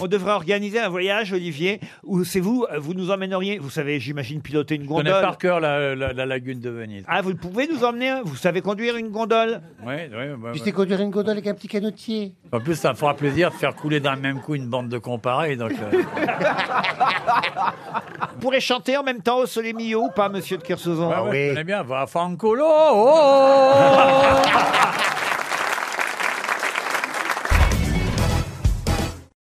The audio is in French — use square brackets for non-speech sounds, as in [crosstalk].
On devrait organiser un voyage, Olivier, où c'est vous, euh, vous nous emmèneriez. Vous savez, j'imagine, piloter une Je connais gondole. par cœur la, la- la lagune de Venise. Ah, vous pouvez nous emmener hein Vous savez conduire une gondole Oui, oui, oui, Ah. oui. Tu sais conduire une gondole avec un petit canotier. En plus, ça me fera plaisir de faire couler d'un même coup une bande de comparés. Donc, euh, Vous pourrez chanter en même temps au Sole Ah Ah Mio ou pas, monsieur de Kersauzon ouais, ouais, oui. [laughs] je connais bien. Va Fancolo oh, oh, oh.